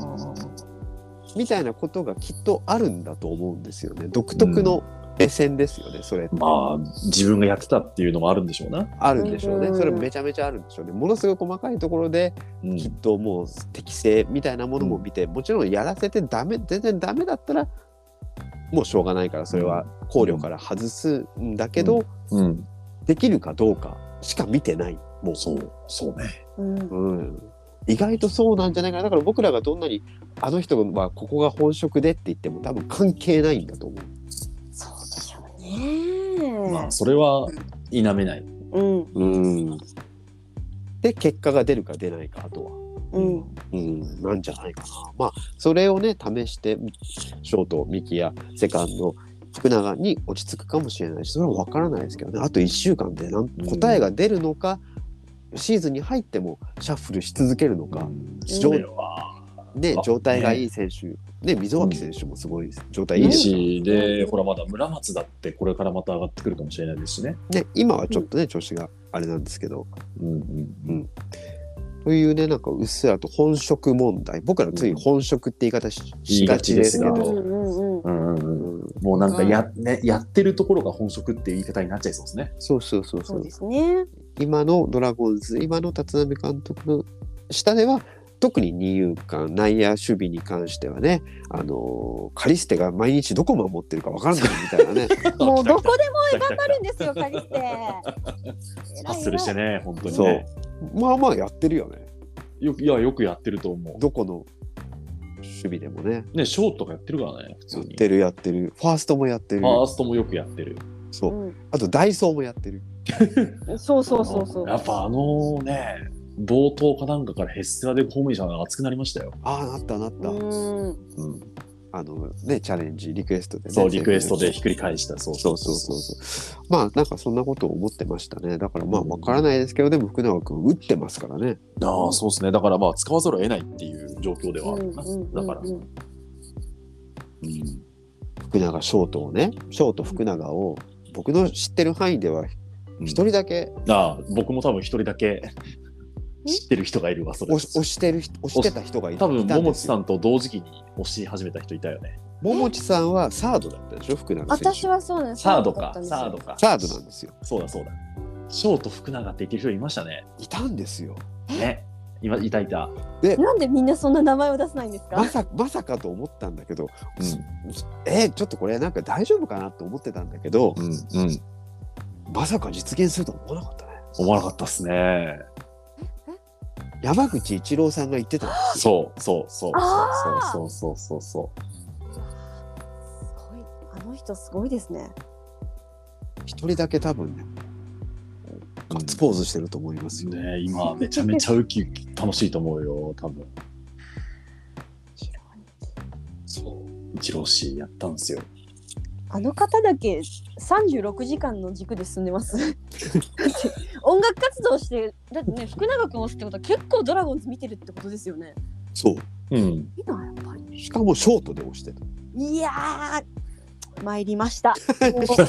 Speaker 3: みたいなことがきっとあるんだと思うんですよね独特の目線ですよね、そ
Speaker 2: ん
Speaker 3: れ
Speaker 2: まあ、自分がやってたっていうのもあるんでしょうな。
Speaker 3: あるんでしょうね、
Speaker 1: うん
Speaker 3: それめちゃめちゃあるんでしょうねものすごい細かいところで
Speaker 2: うん
Speaker 3: きっともう適性みたいなものも見て、もちろんやらせてダメ全然ダメだったらもうしょうがないからそれは考慮から外すんだけど、
Speaker 2: うん。
Speaker 3: できるかどうかしか見てないもう
Speaker 2: そう、そうね。
Speaker 1: うん
Speaker 3: うん、意外とそうなんじゃないかなだから僕らがどんなにあの人はここが本職でって言っても多分関係ないんだと思う
Speaker 1: そうでしょうね。
Speaker 2: まあ、それは否めない。
Speaker 1: うん。
Speaker 3: うんで結果が出るか出ないかあとは、
Speaker 1: うん。
Speaker 3: うん、なんじゃないかなまあそれをね試してショートミキやセカンド福永に落ち着くかもしれないしそれは分からないですけどねあと1週間でなん
Speaker 2: うん
Speaker 3: 答えが出るのか、シーズンに入ってもシャッフルし続けるのか、
Speaker 2: 非常には。
Speaker 3: ね
Speaker 2: あ、
Speaker 3: 状態がいい選手、ね、溝脇選手もすごいです状態いい
Speaker 2: いい
Speaker 3: ですよ、
Speaker 2: し、で、ほら、まだ村松だって、これからまた上がってくるかもしれないですしね。
Speaker 3: ね、今はちょっとね、調子があれなんですけど、
Speaker 2: うんうん
Speaker 3: というね、なんかうっすらと本職問題、僕らつい本職って言い方し,、
Speaker 2: 言い
Speaker 3: が
Speaker 2: が
Speaker 3: ち
Speaker 2: ち
Speaker 3: で
Speaker 2: ですす
Speaker 3: け
Speaker 2: が
Speaker 1: う
Speaker 3: ど、
Speaker 1: んうんうん。
Speaker 2: うん。うんうんうん。
Speaker 3: うん
Speaker 2: もうなんかや、ね、やってるところが本職っていう言い方になっちゃいそうですね。
Speaker 3: そうそうそうそ
Speaker 1: そう
Speaker 3: う
Speaker 1: ですね。
Speaker 3: 今のドラゴンズ、今の立浪監督の下では、特に二遊間、内野守備に関してはね、あのーカリステが毎日どこ守ってるか分からないみたいなね、
Speaker 1: もうどこでも
Speaker 2: 来た来た来
Speaker 1: 頑
Speaker 2: た
Speaker 1: 張るんですよ、カリ ステ。
Speaker 2: ハッスルしてね、本当に、
Speaker 3: そう
Speaker 2: ね。、
Speaker 3: まあまあやってるよね、
Speaker 2: よく、いや、よくやってると思
Speaker 3: どこの守備でもね。
Speaker 2: う。ね、ショートがやってるからね、普通
Speaker 3: やっ
Speaker 2: に。
Speaker 3: てるやってるファーストもやってる
Speaker 2: ファーストもよくやってる。
Speaker 3: そううんあとダイソーもやってる
Speaker 1: そうそうそうそう。
Speaker 2: やっぱあのね、冒頭かなんかからヘッスラで公務員者が熱くなりましたよ。
Speaker 3: ああなったなった、
Speaker 1: うん。
Speaker 2: うん、
Speaker 3: あのねチャレンジリクエストで、ね、
Speaker 2: そう、リクエストでひっくり返した。そう
Speaker 3: そうそうそうそうまあなんかそんなことを思ってましたねだからまあわからないですけどでも福永君打ってますからね
Speaker 2: ああ、そうですね。だからまあ、使わざるを得ないっていう状況ではあるな。だから、
Speaker 1: うん
Speaker 2: うん
Speaker 3: 福永ショートをねショート福永を僕の知ってる範囲では一人だけ
Speaker 2: ああ、僕も多分一人だけ知ってる人がいるわ、それ。
Speaker 3: 押し押してる人押してた人がいた
Speaker 2: 多分、桃地さ
Speaker 3: ん
Speaker 2: んと同時期に推し始めた人いたよね。
Speaker 3: 桃地さんはサードだったでしょ福永選手
Speaker 1: 私はそうなんです。
Speaker 2: サードか、
Speaker 1: サ
Speaker 2: サ
Speaker 1: ー
Speaker 2: ー
Speaker 1: ドだったんですよ
Speaker 2: ドか。
Speaker 3: サードなんですよ
Speaker 2: そうだそうだ。ショート福永って言ってる人いましたね。
Speaker 3: いたんですよ
Speaker 2: ね。今いたいた。
Speaker 1: なんでみんなそんな名前を出さないんです
Speaker 3: ま
Speaker 1: か。
Speaker 3: さまさかと思ったんだけどえーちょっとこれなんか大丈夫かなと思ってたんだけど、
Speaker 2: うんうん。
Speaker 3: まさか実現するとは思わなかったね。
Speaker 2: 思わなかったですね。
Speaker 3: 山口一郎さんが言ってたんです
Speaker 2: そうそうそう
Speaker 1: あー
Speaker 2: そうそうそうそうそう。
Speaker 1: すごいあの人すごいですね。
Speaker 3: 一人だけ多分ね、ガッツポーズしてると思いますよ。
Speaker 2: ね今めちゃめちゃウキウキ楽しいと思うよ多分。そう一郎氏やったんですよ。
Speaker 1: あの方だけ36時間の軸で進んでます。だ って音楽活動してだってね福永君を推すってことは結構ドラゴンズ見てるってことですよね。
Speaker 3: そう。
Speaker 2: うん。
Speaker 1: いいなやっぱり。
Speaker 3: しかもショートで押してた。
Speaker 1: いやー参りま した。もうもうず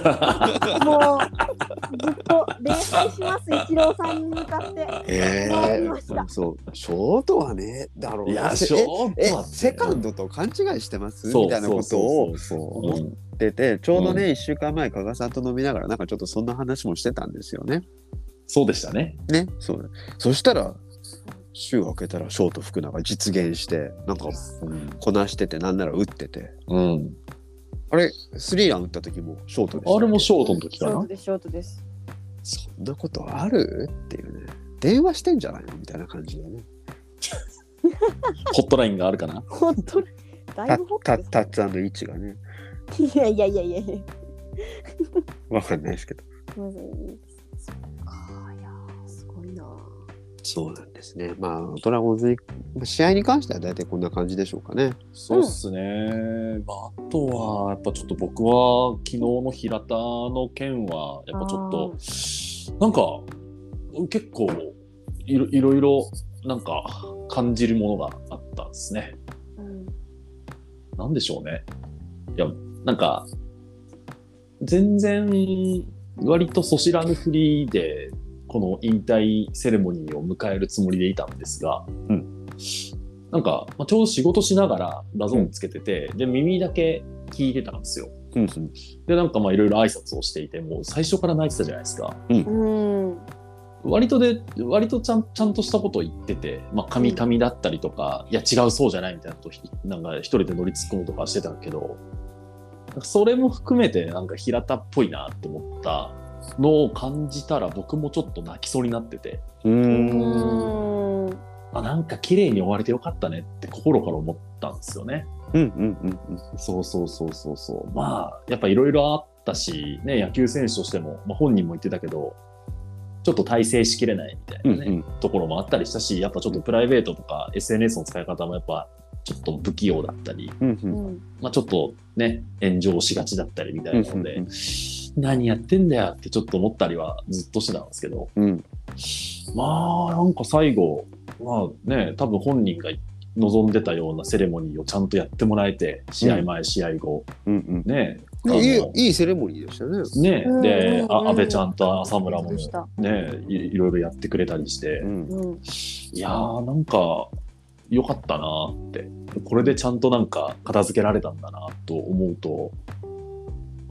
Speaker 1: っと礼拝します一郎さんに向かって。
Speaker 3: え
Speaker 1: 参りました。
Speaker 3: そう。ショートはね、だろ う
Speaker 2: いや
Speaker 3: せ
Speaker 2: ショ
Speaker 3: え
Speaker 2: ートは
Speaker 3: セカン
Speaker 2: ド
Speaker 3: ドと勘違いしてますみたいなことを
Speaker 2: そうそうそうそう
Speaker 3: 言っててちょうどね、
Speaker 2: う
Speaker 3: 1週間前加賀さんと飲みながらなんかちょっとそんな話もしてたんですよね。
Speaker 2: そうでしたね。
Speaker 3: ねそうそしたら週明けたらショート福永実現してなんか
Speaker 2: うん。
Speaker 3: こなしててなんなら打ってて
Speaker 2: うん、
Speaker 3: あれスリーラン打った時もショートでした
Speaker 2: あれもショートの時
Speaker 1: シ
Speaker 2: か
Speaker 1: ョー
Speaker 2: な
Speaker 1: ト。ですショートです。
Speaker 3: そんなことあるっていうね電話してんじゃないのみたいな感じでね
Speaker 2: ホットラインがあるかな。
Speaker 1: 本当にだい
Speaker 3: た
Speaker 1: ぶホット
Speaker 3: た
Speaker 1: です
Speaker 3: タッツ位置がね
Speaker 1: いやいやいやいやいや。
Speaker 3: わかんないですけど
Speaker 1: まずそっかいやーすごいな
Speaker 3: そうなんですねまあドラゴンズに試合に関しては大体こんな感じでしょうかね
Speaker 2: そうっすね、まあ、あとはやっぱちょっと僕は昨日の平田の件はやっぱちょっとなんか結構いろいろいろなんか感じるものがあったんですね。
Speaker 1: うん
Speaker 2: なんでしょうね。いやなんか全然割とそしらぬふりでこの引退セレモニーを迎えるつもりでいたんですが、
Speaker 3: うん
Speaker 2: なんか、まあ、ちょうど仕事しながらラゾーンつけてて、で耳だけ聞いてたんですよ。
Speaker 3: うん
Speaker 2: でなんかまあいろいろ挨拶をしていてもう最初から泣いてたじゃないですか。
Speaker 1: うん
Speaker 2: 割とで割とちゃんちゃんとしたことを言ってて、まあ、神々だったりとか、いや違うそうじゃないみたいなことをひなんか一人で乗り突っ込むとかしてたけどなんかそれも含めてなんか平田っぽいなって思ったのを感じたら僕もちょっと泣きそうになってて
Speaker 3: う
Speaker 1: うんんうん
Speaker 2: あなんか綺麗に終われてよかったねって心から思ったんですよね。
Speaker 3: うんうんうんうん
Speaker 2: そうそうそうそうそう。まあ、やっぱいろいろあったし、ね、野球選手としても、まあ、本人も言ってたけど、ちょっと体制しきれないみたいなね、
Speaker 3: うん
Speaker 2: ところもあったりしたし、やっぱちょっとプライベートとか SNS の使い方もやっぱちょっと不器用だったり、
Speaker 3: うんうん
Speaker 2: まあ、ちょっとね、炎上しがちだったりみたいなので、
Speaker 3: うんうん
Speaker 2: 何やってんだよってちょっと思ったりはずっとしてたんですけど、
Speaker 3: うん
Speaker 2: まあなんか最後まあね多分本人が望んでたようなセレモニーをちゃんとやってもらえて試合前、試合後
Speaker 3: うん
Speaker 2: ね
Speaker 3: うん
Speaker 2: あの
Speaker 3: いいいいセレモニーでしたね。
Speaker 2: ね
Speaker 1: うん
Speaker 2: で、
Speaker 1: うん
Speaker 2: あ安倍ちゃんと浅村も
Speaker 1: でした
Speaker 2: ねいいろいろやってくれたりして、
Speaker 3: ん、
Speaker 1: うん
Speaker 2: いやーなんか良かったなってこれでちゃんとなんか片付けられたんだなと思うと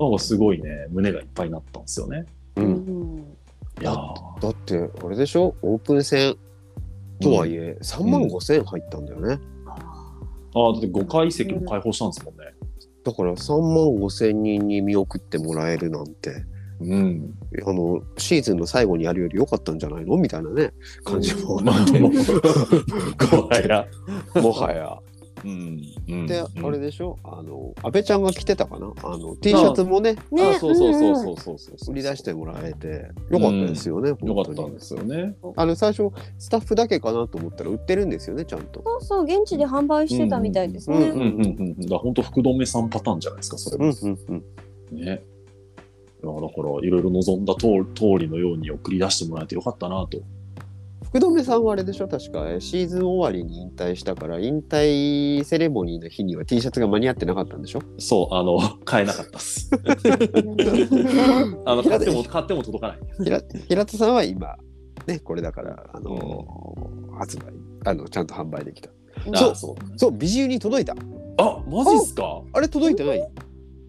Speaker 2: なんかすごいね胸がいっぱいになったんですよね。
Speaker 3: う、
Speaker 1: うんん
Speaker 2: いやー
Speaker 3: だってあれでしょオープン戦とはいえ3万5千入ったんだよね、
Speaker 2: あだって5階席も開放したんですもんね。
Speaker 3: だから3万5千人に見送ってもらえるなんて
Speaker 2: うん
Speaker 3: あのシーズンの最後にやるより良かったんじゃないのみたいなね感じも
Speaker 2: まあ、 もう、怖いな。
Speaker 3: もはや。
Speaker 2: うん
Speaker 3: で、あれ
Speaker 2: で、
Speaker 3: でしょあの安倍ちゃんが着てたかなあの T シャツもね
Speaker 2: ね、
Speaker 1: ね
Speaker 2: そうそうそうそ
Speaker 1: ん
Speaker 2: うそうそう
Speaker 3: 売り出してもらえて良かったですよね、
Speaker 2: よか
Speaker 3: 本当
Speaker 2: っ
Speaker 3: に
Speaker 2: たんですよね。
Speaker 3: あの最初スタッフだけかなと思ったら売ってるんですよねちゃんと。
Speaker 1: そうそう現地で販売してたみたいですね
Speaker 2: うんうんうん。だから本当福留さんパターンじゃないですか、それ
Speaker 3: うん
Speaker 2: も。
Speaker 3: うんう
Speaker 2: ね。
Speaker 3: ん
Speaker 2: いやだからいろいろ望んだ通通りのように送り出してもらえてよかったなと。
Speaker 3: 福留さんはあれでしょ確かえーシーズン終わりに引退したから引退セレモニーの日には T シャツが間に合ってなかったんでしょ
Speaker 2: そう、あの、 買えなかったです。あの、買っても、買っても届かない。
Speaker 3: 平平田さんは今ねこれだからあのー発売あのちゃんと販売できたそう
Speaker 2: あそう。
Speaker 3: そうビジュに届いた
Speaker 2: あ、マジっすか
Speaker 3: あれ届いてない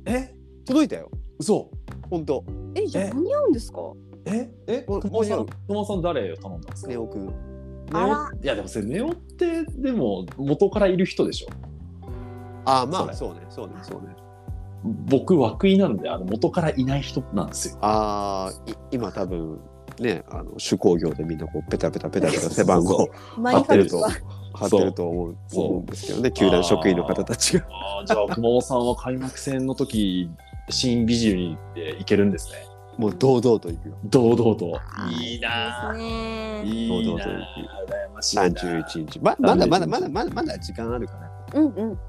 Speaker 2: え
Speaker 3: 届いたよ
Speaker 2: 嘘
Speaker 3: 本当
Speaker 1: えじゃあ間に合うんですか
Speaker 2: ええ
Speaker 3: お
Speaker 2: 友さ
Speaker 3: おいお
Speaker 2: ん
Speaker 3: い、
Speaker 2: 友さん誰を頼んだんですか
Speaker 3: ネオくん
Speaker 1: あら
Speaker 2: いやでもそれネオってでも元からいる人でしょ
Speaker 3: ああまあそ
Speaker 2: そう
Speaker 3: ねそうねそうね
Speaker 2: 僕、涌井なんで、あの、元からいない人なんですよ。
Speaker 3: ああ、い今多分ね、あの手工業でみんなこうペタペタペタペ タ背番号
Speaker 1: マ
Speaker 3: 貼
Speaker 1: ニファミ
Speaker 3: ってる
Speaker 1: リー
Speaker 3: と
Speaker 1: は
Speaker 3: 貼ってると思う
Speaker 2: そう
Speaker 3: 思うんですけどね、球団職員の方たちが。
Speaker 2: ああ、じゃあ、熊尾さんは開幕戦の時、新ビジュに行けるんですね。
Speaker 3: もう堂々と行くよ。
Speaker 2: 堂々と。
Speaker 3: い
Speaker 2: いいな
Speaker 1: そうですね。
Speaker 2: ぁ。いいなぁ。
Speaker 3: 堂々
Speaker 2: 羨ましいなぁ。
Speaker 3: 31日。ままだまだまだまだまだ時間あるから。
Speaker 1: うんうん。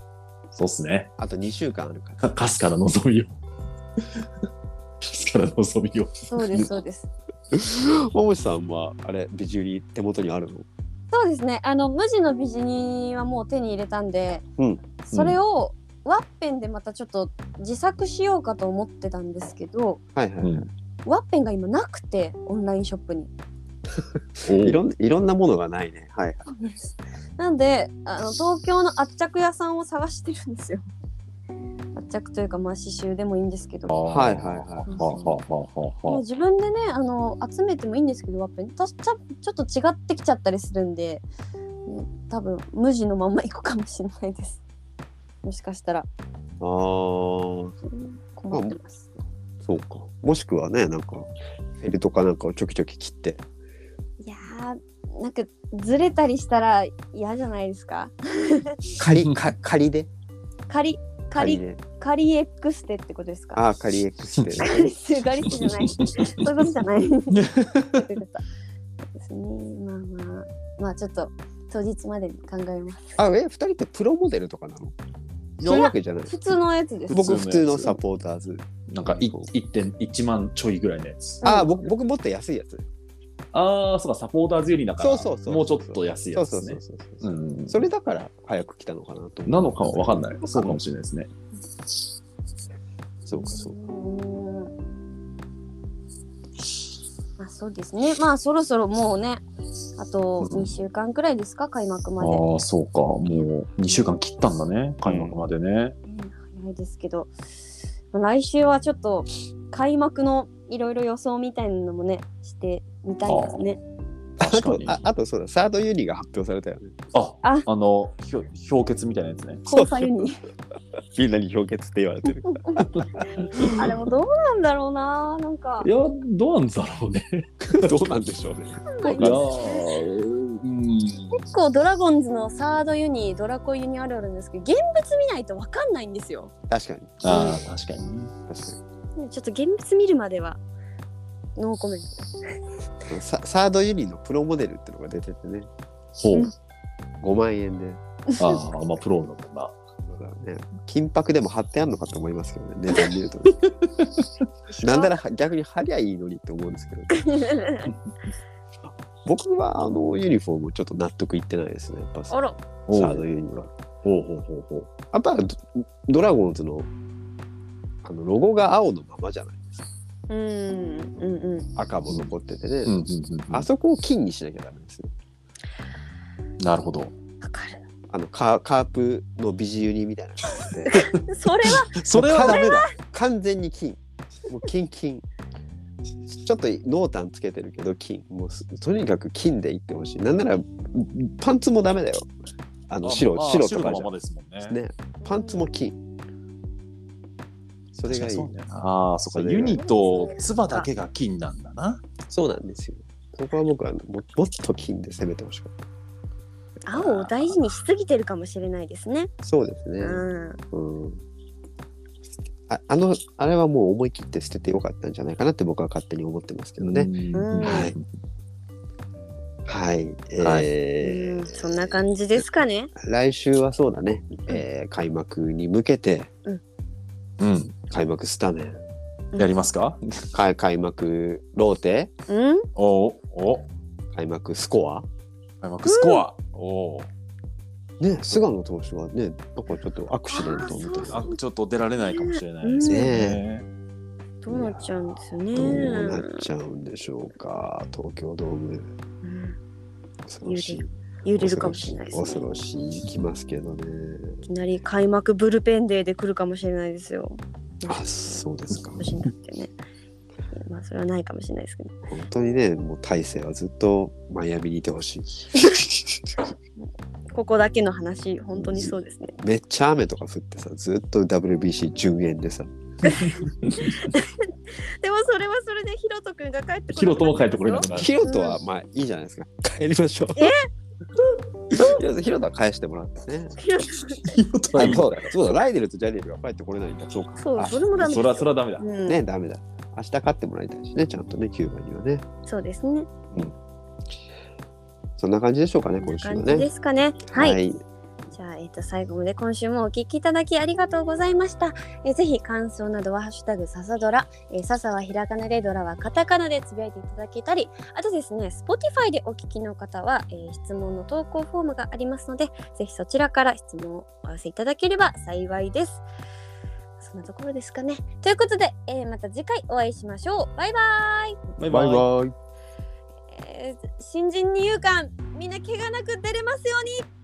Speaker 2: そうっすね。
Speaker 3: あと2週間あるから。
Speaker 2: かすから望みを。かすから望みを。
Speaker 1: そうですそうです。
Speaker 3: 桃地さんはあれビジュリー手元にあるの
Speaker 1: そうですね。あの無地の美人はもう手に入れたんで、
Speaker 3: うん
Speaker 1: それをワッペンでまたちょっと自作しようかと思ってたんですけど、
Speaker 3: はいはい、
Speaker 2: うん
Speaker 1: ワッペンが今なくてオンラインショップに。
Speaker 3: いろんいろんなものがないね。はい、
Speaker 1: なんであの東京の圧着屋さんを探してるんですよ。圧着というかまあ刺繍でもいいんですけど。
Speaker 2: お
Speaker 3: はいはいはい
Speaker 2: ははは
Speaker 1: もう
Speaker 2: は
Speaker 1: 自分でねあの集めてもいいんですけどワッペンたちょちょっと違ってきちゃったりするんで、ね多分無地のまんま行くかもしれないですもしかしたら
Speaker 3: ああー
Speaker 1: 困ってます
Speaker 3: そうか。もしくはねなんかフェルトかなんかをちょきちょき切って
Speaker 1: いやーなんかずれたりしたら嫌じゃないですか
Speaker 3: 仮か仮で
Speaker 1: 仮仮
Speaker 3: で
Speaker 1: 仮 X でってことですか
Speaker 3: あー仮 X で。
Speaker 1: ガリスガリスじゃないそういうことじゃないそういうことですねまあまあまあちょっと当日までに考えます
Speaker 3: あえ二人ってプロモデルとかなの
Speaker 1: や
Speaker 3: そういうわけじゃない
Speaker 1: 普通のやつです
Speaker 3: 僕
Speaker 2: 普通のやつ
Speaker 3: 普通のサポーターズ
Speaker 2: なんかい1.1万ちょいぐらいのやつ。
Speaker 3: あー僕僕もっと安いやつ
Speaker 2: ああ、そうか、サポーターズよりだから、
Speaker 3: そうそうそう
Speaker 2: もうちょっと安いやつ
Speaker 3: そう
Speaker 2: です
Speaker 3: そう
Speaker 2: ね
Speaker 3: そうそう。
Speaker 2: う
Speaker 3: そうんそれだから早く来たのかなと思う
Speaker 2: なのかもわかんない。そうかもしれないですね。
Speaker 3: そうかそうか
Speaker 1: まあ、そうですね。まあ、そろそろもうね、あと
Speaker 2: うん
Speaker 1: 2週間くらいですか、開幕まで。
Speaker 2: ああ、そうか。もう2週間切ったんだね、開幕までね。
Speaker 1: ね早いですけど、まあ来週はちょっと開幕のいろいろ予想みたいなのもね、してみたいですね。
Speaker 2: 確かに。
Speaker 3: あとああとそうだサードユニが発表されたよね
Speaker 2: あ、
Speaker 1: あ
Speaker 2: あの、ひょ氷結みたいなやつね。
Speaker 1: 交差ユニ。
Speaker 3: みんなに氷結って言われてる
Speaker 1: あれもどうなんだろうな、なんか
Speaker 2: い。や、どうなんだろうね。
Speaker 3: どうなんでしょうね
Speaker 1: ない
Speaker 2: いやー、うん。
Speaker 1: 結構ドラゴンズのサードユニ、ドラコユニあるあるんですけど、現物見ないとわかんないんですよ。
Speaker 3: 確かに
Speaker 2: ああ、確かにね。
Speaker 3: 確か
Speaker 1: ねちょっと現物見るまではノーコメント。
Speaker 3: にササードユニのプロモデルってのが出ててね
Speaker 2: ほう。
Speaker 3: 5万円で
Speaker 2: ああ、まあ、プロのもんな。
Speaker 3: ね、金箔でも貼ってあんのかと思いますけどね値段見ると、 なんなら逆に貼りゃいいのにって思うんですけど 僕はあのユニフォームちょっと納得いってないですねやっぱサ
Speaker 1: あら、
Speaker 2: ほう
Speaker 3: ードユニは
Speaker 2: ほうほうほうほう。
Speaker 3: やっぱドドラゴンズのあのロゴが青のままじゃないですか
Speaker 1: うんうんうん。
Speaker 3: 赤も残っててね、
Speaker 2: うんうんうんうん
Speaker 3: あそこを金にしなきゃダメですね
Speaker 2: なるほど。
Speaker 1: わかる。
Speaker 3: あのカーカープのビジユニみたいな感じで
Speaker 1: それは
Speaker 2: それは
Speaker 3: ダメだ完全に金もう金金ちょっと濃淡つけてるけど金もうすとにかく金でいってほしいなんならパンツもダメだよあの白
Speaker 2: あ
Speaker 3: 白とか
Speaker 2: の
Speaker 3: じ
Speaker 2: ままですもんね
Speaker 3: ゃ。ねパンツも金それがい
Speaker 2: 確
Speaker 3: い
Speaker 2: かにそうだよなああ、そ
Speaker 3: それ
Speaker 2: っか。
Speaker 3: が
Speaker 2: ユニとツバだけが金なんだな。
Speaker 3: そうなんですよそこは僕はももっと金で攻めてほしかっ
Speaker 1: 青を大事にしすぎてるかもしれないですね。
Speaker 3: たそうですね
Speaker 1: うん。
Speaker 3: うんああのあれはもう思い切って捨ててよかったんじゃないかなって僕は勝手に思ってますけどね、
Speaker 1: うん
Speaker 3: はいはい、
Speaker 2: はい
Speaker 3: えー
Speaker 1: うんそんな感じですかね。
Speaker 3: 来週はそうだね、えー開幕に向けて
Speaker 2: うん。
Speaker 3: 開幕スタメン
Speaker 2: やりますか
Speaker 3: 開開幕ローテ
Speaker 1: うん。
Speaker 2: おおお
Speaker 3: 開幕スコア
Speaker 2: 開幕スコア。おお。
Speaker 3: ね菅野投手はねなんかちょっとアクシデントみたい
Speaker 2: あ
Speaker 3: な
Speaker 2: ちょっと出られないかもしれないですね。
Speaker 1: どうなっちゃうんですよね。
Speaker 3: どう
Speaker 1: う
Speaker 3: なっちゃうんでしょうか東京ドーム
Speaker 1: ん
Speaker 3: 恐ろしい
Speaker 1: 揺れるかもしれないです
Speaker 3: 恐
Speaker 1: ね。
Speaker 3: ろしい行きますけどね
Speaker 1: いきなり開幕ブルペンデーで来るかもしれないですよ。
Speaker 3: あそうですか
Speaker 1: 年になってね。 まあそれはないかもしれないですけど。
Speaker 3: 本当にねもう大勢はずっとマイアミにいてほしい
Speaker 1: ここだけの話本当にそうですね
Speaker 3: めっちゃ雨とか降ってさずっと WBC 順延でさ
Speaker 1: でもそれはそれでヒロト君が帰って
Speaker 2: ヒロトも帰ってこれな
Speaker 1: く
Speaker 2: くなる。
Speaker 3: ヒロトはまあいいじゃないですか帰りましょう ヒロトヒロトは返してもらってね
Speaker 1: ヒロト
Speaker 2: ヒロトは
Speaker 3: あ
Speaker 2: いい
Speaker 3: そうだそうだライデルとジャニールは帰ってこれないんだそうか
Speaker 1: そう
Speaker 3: あ
Speaker 1: それもダメ
Speaker 2: そらそらダメだ。
Speaker 1: うん
Speaker 3: ねダメだ明日勝ってもらいたいしねちゃんとねキューバにはね
Speaker 1: そうですね
Speaker 3: そんな感じでしょうかね今週は
Speaker 1: 感じ
Speaker 3: ね
Speaker 1: ですかねはいじゃあ、えっと、最後まで今週もお聞きいただきありがとうございました。えーぜひ感想などは、ハッシュタグ、ササドラ、えー、ササはひらがなで、ドラはカタカナでつぶやいていただけたり、あとですね、Spotify でお聞きの方は、えー質問の投稿フォームがありますので、ぜひそちらから質問をお寄せいただければ幸いです。そんなところですかね。ということで、えーまた次回お会いしましょう。バイバイ、
Speaker 2: バイ
Speaker 3: バ
Speaker 2: バ
Speaker 3: イ
Speaker 2: イ。
Speaker 3: バイ
Speaker 1: えー新人二遊間、みんな怪我なく出れますように